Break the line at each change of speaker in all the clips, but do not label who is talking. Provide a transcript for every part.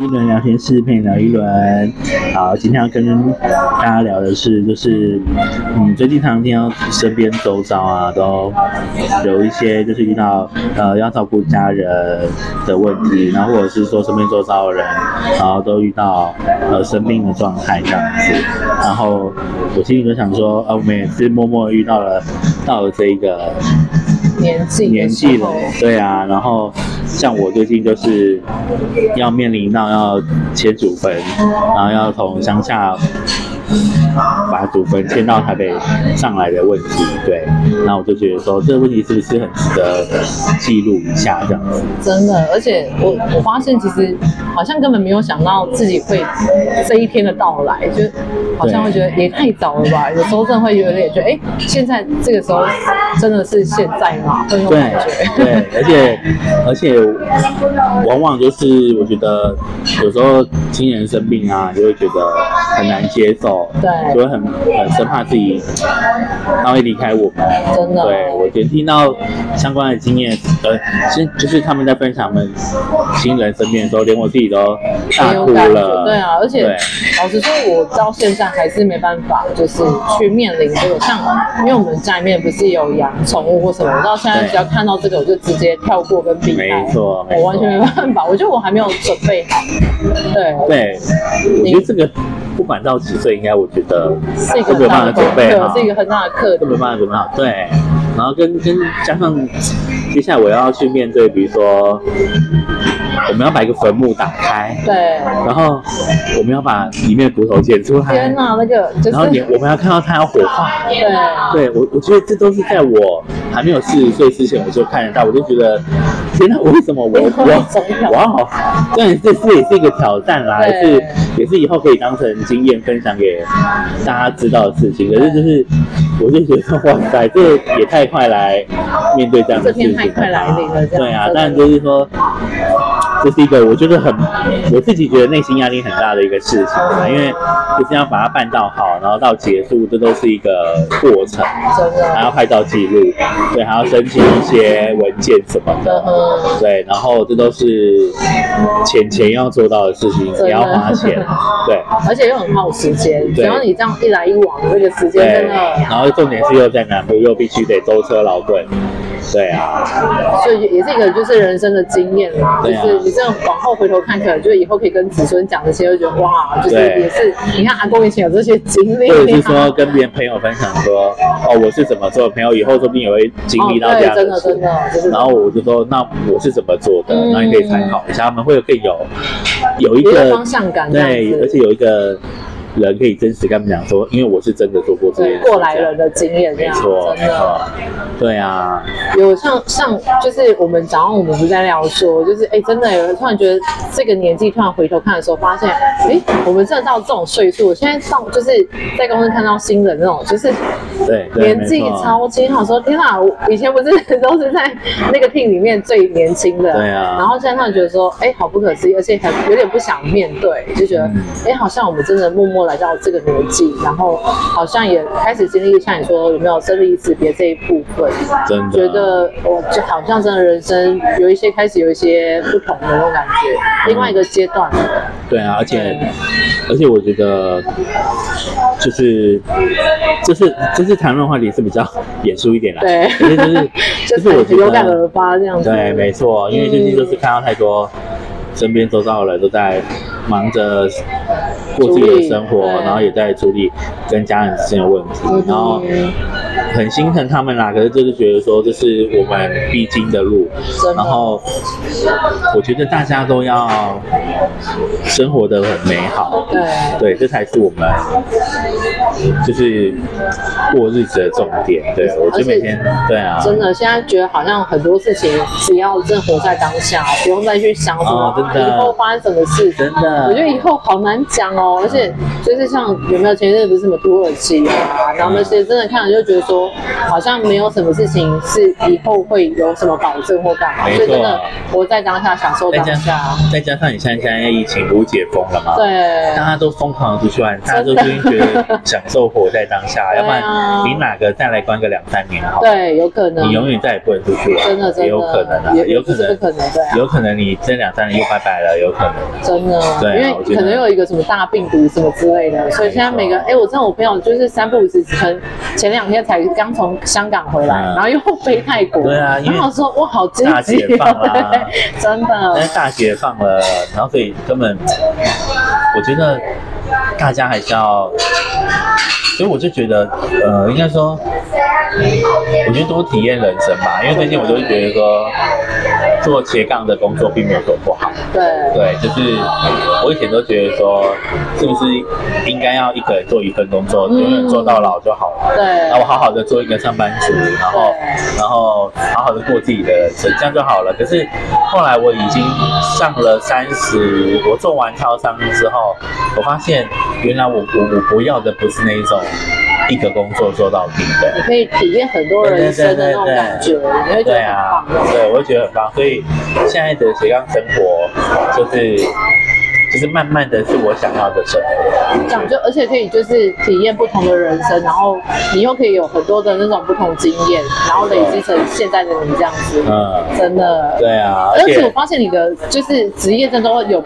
一轮聊天室陪你聊一轮。好，今天要跟大家聊的是，就是嗯，最近常听到身边周遭啊，都有一些就是遇到呃要照顾家人的问题，然后或者是说身边周遭的人，然后都遇到呃生病的状态这样子。然后我心里就想说，呃，我们也是默默地遇到了到了这一个
年纪
年
的时候
纪了，对啊，然后像我最近就是要面临到要迁祖坟，然后要从乡下把祖坟迁到台北上来的问题，对，然后我就觉得说这个问题是不是很值得记录一下这样子？
真的，而且我我发现其实好像根本没有想到自己会这一天的到来，就好像会觉得也太早了吧。有时候真的会有点觉得，哎、现在这个时候真的是现在吗？会有种
对
感觉。
对，而且而且往往就是我觉得有时候亲人生病啊，你就会觉得很难接受，
对
就会很很生怕自己他会离开我们。
真的哦
对我也听到相关的经验，呃，是就是他们在分享他们亲人生病的时候，连我自己都大
没有
哭
感觉
了。
对啊，而且
对
老实说，我到现在还是没办法，就是去面临这个。像因为我们家里面不是有养宠物或什么，我到现在
对
只要看到这个，我就直接跳过跟避开。
没错没错
我完全没办法，我觉得我还没有准备好。对，
对，我觉得这个不管到几岁，应该我觉得
是一个
都没
很
有办法
大的功
准备
课，
好。
是一个很大的课
根
题。
本办法准备好。对，然后跟跟加上接下来我要去面对，比如说我们要把一个坟墓打开，
对，
然后我们要把里面的骨头捡出来，
天哪，那个就
然后你
是
我们要看到它要火化。
对
对我，我觉得这都是在我还没有四十岁之前，我就看得到，我就觉得，天哪，为什么我
因为
我
总有
我要好，对，这是也是一个挑战啦，也
对
是也是以后可以当成经验分享给大家知道的事情。可是就是，我就觉得哇塞，这也太快来面对这样的
这
事情
天
吧
太快来临了这样
对啊，
真的
但就是说。这是一个我觉得很，我自己觉得内心压力很大的一个事情啊，因为就是要把它办到好，然后到结束，这都是一个过程，
真的，
还要拍照记录，对，还要申请一些文件什么的，
嗯哼，
对，然后这都是钱钱要做到的事情，
真的
也要花钱，对
而且又很耗时间，只要你这样一来一往，这个时间
对
真，的。
然后重点是又在南部，又必须得舟车劳顿，对啊，
所以也是一个就是人生的经验啦，就
对啊
是你这样往后回头看，可能就是以后可以跟子孙讲这些，就觉得哇，就是
对
也是你看阿公以前有这些经历，啊
或者是说跟别人朋友分享说，哦，我是怎么做，朋友以后说不定也会经历到
哦
这
对
样
真
的
的
事
真。的就是，
然后我就说，那我是怎么做的？
嗯
那你可以参考一下，他们会有更有有一
有一
个
个方向感这样
对，
子
而且有一个人可以真实跟他们讲说，因为我是真的做过这件
对
事，
过来人的经验这
没
样，
错，没
真的
错。，对啊，
有像像就是我们早上我们不是在聊说，就是哎、真的有人突然觉得这个年纪突然回头看的时候，发现哎、我们真的到这种岁数，现在到就是在公司看到新人那种，就是
对，对
年纪超轻，我说天哪，我以前不是 都是在那个 team 里面最年轻的，
对啊
然后现在突然觉得说，哎、好不可思议，而且还有点不想面对，就觉得
嗯，
哎、好像我们真的默默来到这个年纪，然后好像也开始经历像你说有没有生离死别这一部分，
真的啊
觉得我就好像真的人生有一些开始有一些不同的那种感觉，另外一个阶段，
对啊，而且
对
而且我觉得就是就是就是谈论话题是比较严肃一点啦，
对
可是就是就是我觉
就
得
有感而发这样子，
对，没错，因为最
嗯
近就是看到太多身边周遭的人都在忙着过自己的生活
处理，对
然后也在处理跟家人之间的问题
嗯，
然后很心疼他们啦。可是就是觉得说，这是我们必经的路
真的，
然后我觉得大家都要生活的很美好，
对
对，这才是我们就是过日子的重点。对我
而
就
且
每天对啊，
真的，现在觉得好像很多事情，只要真的活在当下，不用再去想什么、啊
哦真的
以后发生什么事。
真的
我觉得以后好难讲哦。而且就是像有没有前一阵子不是什么土耳其啊，然后那些真的看了就觉得说，说，好像没有什么事情是以后会有什么保证或干嘛，
没
所以真的
错哎
活在当下，享受
再
当
加
下。
上再加上你现在现在疫情不是解封了吗？
对，
大家都疯狂的出去玩，大家都
真的
最近觉得享受活在当下，
对啊
要不然你哪个再来关个两三年好了？
对，有可能，
你永远再也不能出去玩，
真的真的
也有可能啊，
也
有可
也不
能
是不可能对啊
有可能你这两三年又拜拜了，有可能。
真的，
对啊我觉得
因为可能有一个什么大病毒什么之类的，所以现在每个，哎、我知道我朋友就是三不五时，前前两天才刚从香港回来，
嗯
然后又飞泰国，
对啊因为
然后说哇好积
大啊
极
解
哦、
放啦
对， 真
但
的，
是大解放了，然后所以根本，我觉得大家还是要，所以我就觉得，呃，应该说，我觉得多体验人生吧，因为最近我都会觉得说，做斜杠的工作并没有说不好。
对，
对，就是我以前都觉得说，是不是应该要一个人做一份工作，
嗯
永远做到老就好了。
对
然后啊我好好的做一个上班族，然后然后好好的过自己的人生，这样就好了。可是后来我已经上了三十，我做完超商之后，我发现原来我我我不要的不是那一种一个工作做到底的，
可以体验很多人生的那种感觉，你会觉
对
得很
啊
棒，，
对，我会觉得很棒。所以现在的斜杠生活就是。就是慢慢的是我想要的生活，
这样就而且可以就是体验不同的人生，然后你又可以有很多的那种不同经验，然后累积成现在的你这样子，
嗯，
真的，
对啊，而
而且我
且
发现你的就是职业证都有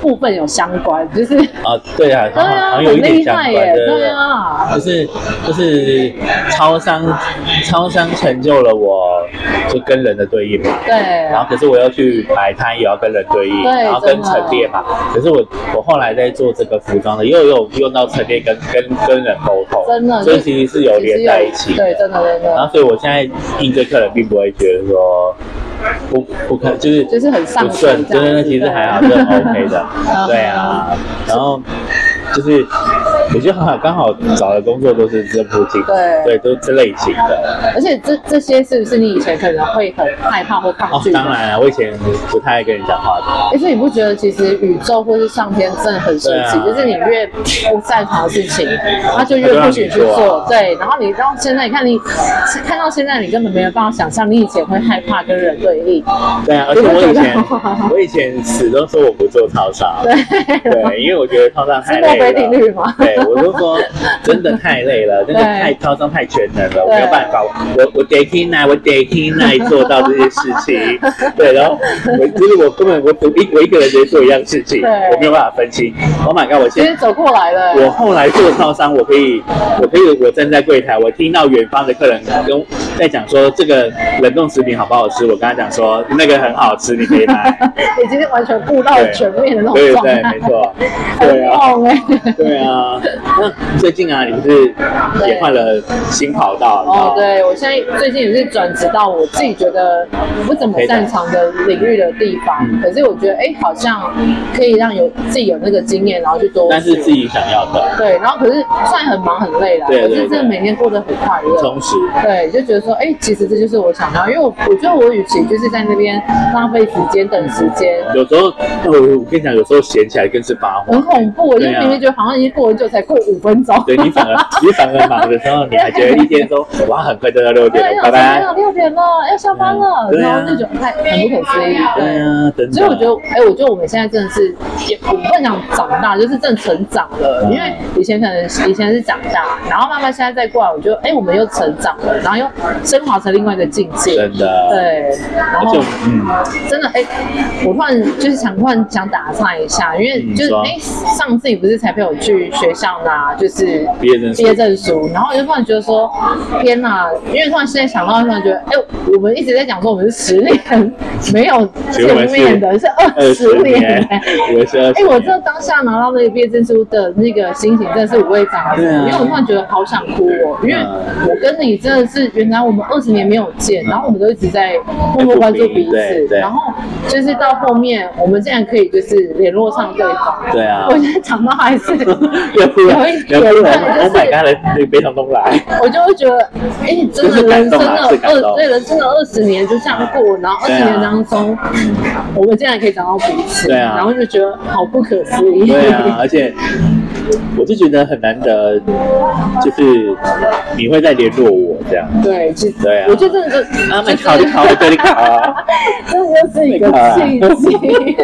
部分有相关，就是对
啊，对啊，好像好
啊，
像有一
很
点
厉
相
害
关，
耶，
对
对啊，
就是就是超商超商成就了我，就跟人的对应嘛。
对，啊
然后可是我要去摆摊，也要跟人对应，
对
然后跟
真的
陈列嘛。可是我我后来在做这个服装的，又有用到陈列跟跟跟人沟通，
真的
所以
就
其实是有连在一起啊的。
对，真的
然
真的
后，所以我现在应对客人并不会觉得说不不可就是
就是很上
不
手
顺，
这样
真的
子嗯
其实还 好，是
对啊
很 OK 的，对啊。然后就是我觉得很好，刚好找的工作都是这附近，
对
对，都是类型的。
而且这这些是不是你以前可能会很害怕或抗
哦
拒，的？
当然了，我以前不太爱跟人讲话的，
而且哎你不觉得其实宇宙或是上天真的很神奇，
对啊
就是你越不擅长的事情，他就越不许你去
他就让你做
做
啊。
对，然后你到现在，你看你看到现在，你根本没有办法想象你以前会害怕跟人对立。
对啊。而且我以前
不会讲话
我以前死都说我不做超商，
对，
对，因为我觉得超商太
是墨
累了。
菲定律吗？
对，我就说真的太累了，真的
对
太超商太全能了，我
对
没有办法，我我 day in night，我 day in night 做到这些事情，对，然后我就是我根本我我一我一个人只做一样事情，
对
我没有办法分清。Oh my god！我
其
现
实走过来了。
我后来做超商，我可以，我可以，我站在柜台，我听到远方的客人跟我在讲说这个冷冻食品好不好吃，我跟他讲说那个很好吃，你可以买。
已经完全顾到全面的那
对对
种状
对，
态，
没错，对
很
啊。
棒哎！
对啊，那最近啊，你不是也换了新跑道？
哦，，对，我现在最近也是转职到我自己觉得不怎么擅长的领域的地方
嗯，
可是我觉得哎，好像可以让有自己有那个经验，然后去多学。
但是自己想要的，
对，然后可是虽然很忙很累啦，
对对
可是真的
对
每天过得很快乐。
充实。
对，就觉得说，哎、其实这就是我想要，因为我我觉得我与其就是在那边浪费时间等时间，
有时候，我我跟你讲，有时候闲起来更是发火
很。恐怖。我就
对啊
明明觉得好像已经过很久，才过五分钟。
对你反而你反而忙的时候，你还觉得一天都哇很快就到六
对，
点了， 拜
想说哎
拜
呀。六点了，要下班了，
嗯对啊
然后就觉得太很不可思议。
对啊，真的。
所以我觉得，哎、我觉得我们现在真的是，也我们不能讲长大，就是正成长了。
嗯
因为以前可能以前是长大，然后慢慢现在再过来，我觉得，哎、我们又成长了，然后又升华成另外一个境界。
真的
对，然
而
后
且我嗯，
真的，哎、我突然就是想突然想打岔一下，因为
嗯
就是
说
哎、上次你不是才陪我去学校拿就是
毕业证书
毕业证书，然后我就突然觉得说，天哪！因为突然现在想到，突然觉得，哎、我们一直在讲说我们是十年没有见面 的，是二十年。哎、
我是二十。
我这当下拿到那个毕业证书的那个心情真的是五味杂陈，
对啊啊
因为我突然觉得好想哭哦，因为我跟你真的是原来我们二十年没有见，然后我们都一直在默默关注彼
嗯对
此，
对
然后就是到后面我们竟然可以就是联络上对方，
对啊
我。现在长大还是
要不
有
然
一，
要不然
对就是
，Oh my God，你别从东来。
我就会觉得，哎、真
就是
的
感
人
动
生
啊是
的
感动
二对人生的二十年就这样过，然后二
对啊
十年当中，我们竟然可以找到彼此，
对啊
然后就觉得好不可思议。
对啊，而且我就觉得很难得，就是你会再联络我，这样。
对，就
对啊
我觉得真的就
啊，没考你考，对你考啊，
真的就是一个契机。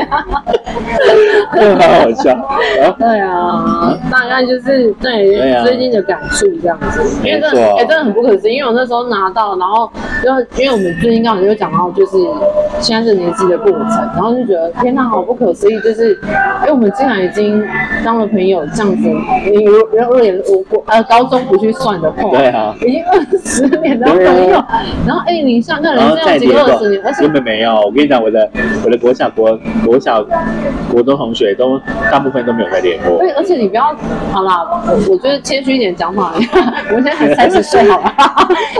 真的蛮好笑。然后
对啊，大概就是
对啊
对最近的感触这样子，因
没
为真的
错
哎、真的很不可思议，因为我那时候拿到，然后就因为我们最近刚好就讲到就是现在这个年纪的过程，然后就觉得天呐，好不可思议，就是哎、我们竟然已经当了朋友这样子，你如如果也我过呃高中不去算的话，
对啊，
已经二十年的朋
对
友
啊，
然后哎、你想看
然
人
后
这
再
样
结
几个二
果
十年，而且
根本没有。我跟你讲，我的我的国小国国小国中同学都大部分都没有在联络
对，，而且你不要，好啦，我我觉得谦虚一点讲法，我现在才三十岁，好 吧？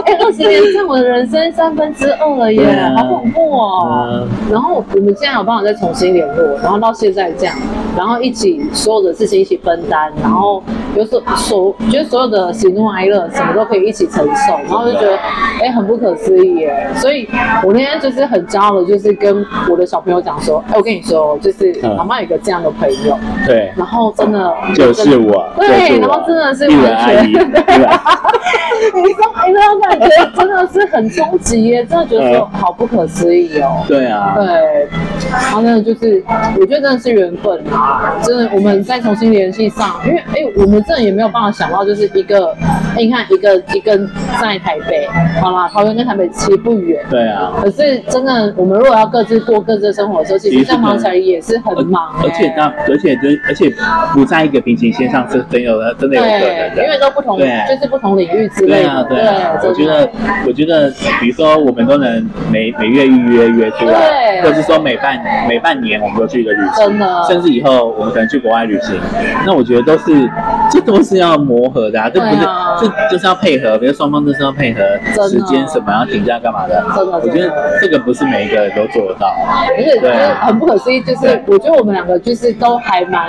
哎、2二十年占我的人生三分之二了耶，
对啊
好恐怖
嗯
哦。然后我们现在有办法再重新联络，然后到现在这样，然后一起所有的事情一起分担，然后有所所觉得所有的喜怒哀乐什么都可以一起承受，
啊
然后就觉得哎、很不可思议耶。所以我那天就是很骄傲的，就是跟我的小朋友讲说，哎、我跟你说，就是
嗯
妈妈有个这样的朋友。
对，
然后真的
就是我，就是
对，然后
我，
真的是
一文阿
完全，
姨，对 吧？
你说哎，那种感觉真的是很冲击耶，真的觉得说
嗯
好不可思议哦。
对啊，
对，然后呢，就是我觉得真的是缘分啊，真的，我们再重新联系上，因为哎，我们真的也没有办法想到，就是一个，哎，你看一个一个在台北，好啦，桃园跟台北其实不远，
对啊。
可是真的，我们如果要各自过各自的生活的时候，其实这样忙起来也是很忙、哎
而且当，而且真，而且不在一个平行线上是真有的，真的有可能
对，因为
的。
都不同，
对
就是不同领域之类
对
的
啊，。对啊，我觉
真
得
的，
我觉得，比如说，我们都能每每月预约约出来，
对
或者是说每半每半年我们都去一个旅行，
真的
甚至以后我们可能去国外旅行，那我觉得都是这都是要磨合的啊，这不是
对啊
这就是要配合，比如双方都是要配合
真的
时间什么，要请假干嘛的。
真的
我觉得这个不是每一个人都做得 到，
而且就是
对啊
很不可思议，就是我觉得我们两个就是都还蛮，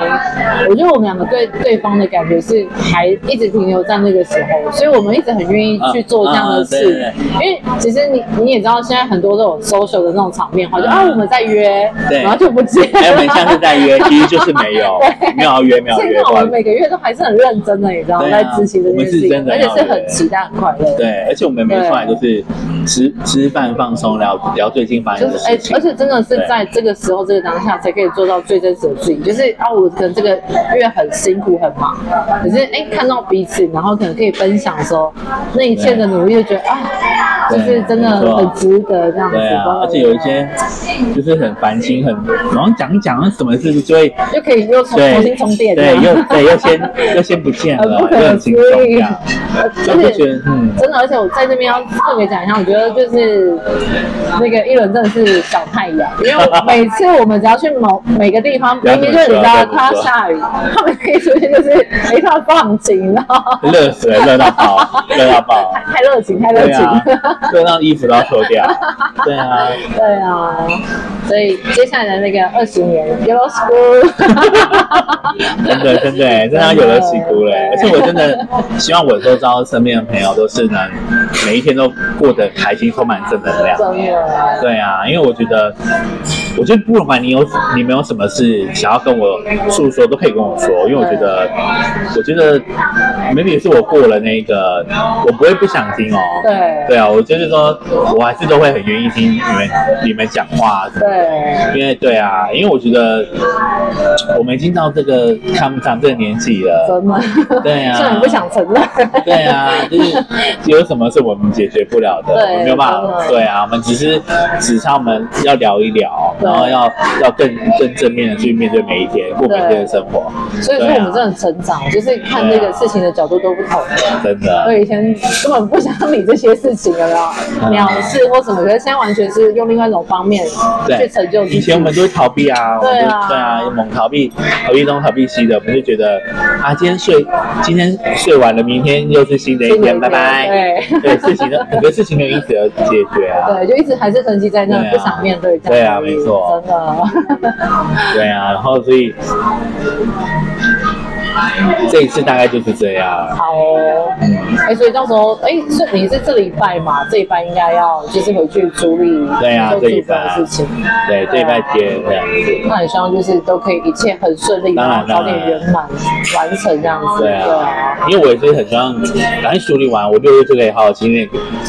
我觉得我们两个对对方的感觉是还一直停留在那个时候，所以我们一直很愿意去做这样的
啊啊对
事
对，
因为其实你你也知道，现在很多这种 social 的那种场面，好像啊我们在约，
对
然后就不见了。
哎，我们下次再 约，其实就是没有
对，
没有啊要约，没有要
现
约
在，
不
我
好意
们
思
每个月都还是很认真的，你知道吗，
对啊
在执行这件事
我们是真
情，
的啊
而
要
且是很期待、很快乐。
对，而且我们每次出来都是吃吃饭、放松、聊聊最近发
就
生
是
的
哎、
事情
而。且真的是在这个时候、这个当下才可以做到最真实的自己。就是啊，我可能这个月很辛苦、很忙，可是哎、看到彼此，然后可能可以分享的时候，那一切的努力，就觉得啊，
对
就是真的
没错
很值得这样子。
对啊，而且有一些就是很烦心，很然后讲一讲什么事就会
就可以又重
对
重新充电，
对，
这样
又对又 先又先不见
很不
了，又
可
很
思
轻松这
议
样，。就
而
会觉
且
得嗯，
真的，而且我在这边要特别讲一下，我觉得就是那个一轮真的是小太阳，因为我每次我们只要去某每个地方，明明就是你知道它下雨，他们可以出现就是没它放晴，然后
热死了，热到爆，热到爆，
太热情，太 热
对
情。
啊，热到衣服都要脱掉，对啊，
对啊，所以接下来的那个二十年 Yellow School，
真的真的欸真的有了起哭了欸，而且我真的希望我周遭身边的朋友都是能每一天都过得开心，充满正能量。
真的，
对啊，因为我觉得，我觉得不管你有你没有什么事想要跟我诉说，都可以跟我说，因为我觉得，我觉得 maybe 是我过了那个，我不会不想听哦。
对
对啊，我就是说，我还是都会很愿意听你们你们讲话，
对。
因为对啊，因为我觉得我们已经到这个看不上这个年纪了。
真的，
对啊
虽然不想承认，
对啊，就是有什么是我们解决不了的，
对
我们没有办
真
法。
的
对啊，我们只是只差我们要聊一聊，
对
然后要要更更正面的去面对每一天，过每一天的生活。
所以说我
啊
们真的很成长，就是看这个事情的角度都不同。
真的
我，以前根本不想理这些事情，有没有？
嗯
鸟事或什么，可是现在完全是用另外一种方面去
对
成就自己。
以前我们就会逃避啊，我们
对
就
啊
对啊，猛逃避，逃避东逃避西的，我们就觉得啊，今天睡，今天睡完了，明天又是新的一
新的一
天，
天
拜拜。
对
对，事情的很多事情没有因此而解决啊。
对，就一直还是沉积在那，
对啊
不想面对这样。
对啊没错
真的。
对啊，然后所以这一次大概就是这样。
好哦，
嗯，
哎，所以到时候，哎，是你是这礼拜嘛？这礼拜应该要就是回去处理
对啊
就
这礼
祖父的
拜啊
事情。
对，这一拜接这样子。
那很希望就是都可以一切很顺利，
当然
后早点
当然
圆满完成这样子。
对啊，因为我也是很希望赶快梳理完，我六月就可以好好经历，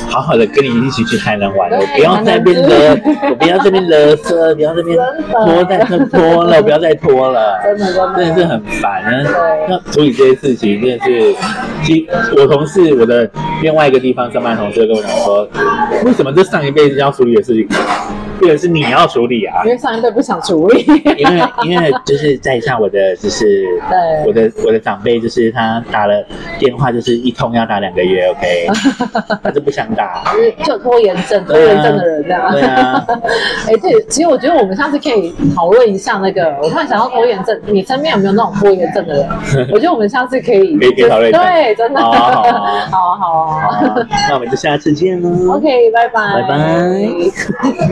好好的跟你一起去台南玩了。
对
我不要在那边勒，我不要这边勒瑟，不要这边拖在这拖了，不要再拖了。
真的真的
真的是很烦啊
对。
那处理这些事情真的是，其实我同事我的另外一个地方上班的同事就跟我讲说，为什么这上一辈子要处理的事情，变成是你要处理啊
因？为上一辈不想处理，
因为因为就是在下我的就是
对
我的我的长辈就是他打了电话就是一通要打两个月，OK，他 就不想打。
就是就有拖延症、拖
对啊
延症的人这样。
对啊，
哎、对，其实我觉得我们下次可以讨论一下那个，我突然想到拖延症，你身边有没有那种拖延症的人？ 我觉得我们下次可以，
可以可以讨论一下
对，真的，
好啊好啊
好啊好啊
好那我们就下次见喽。
OK，拜拜，
拜拜。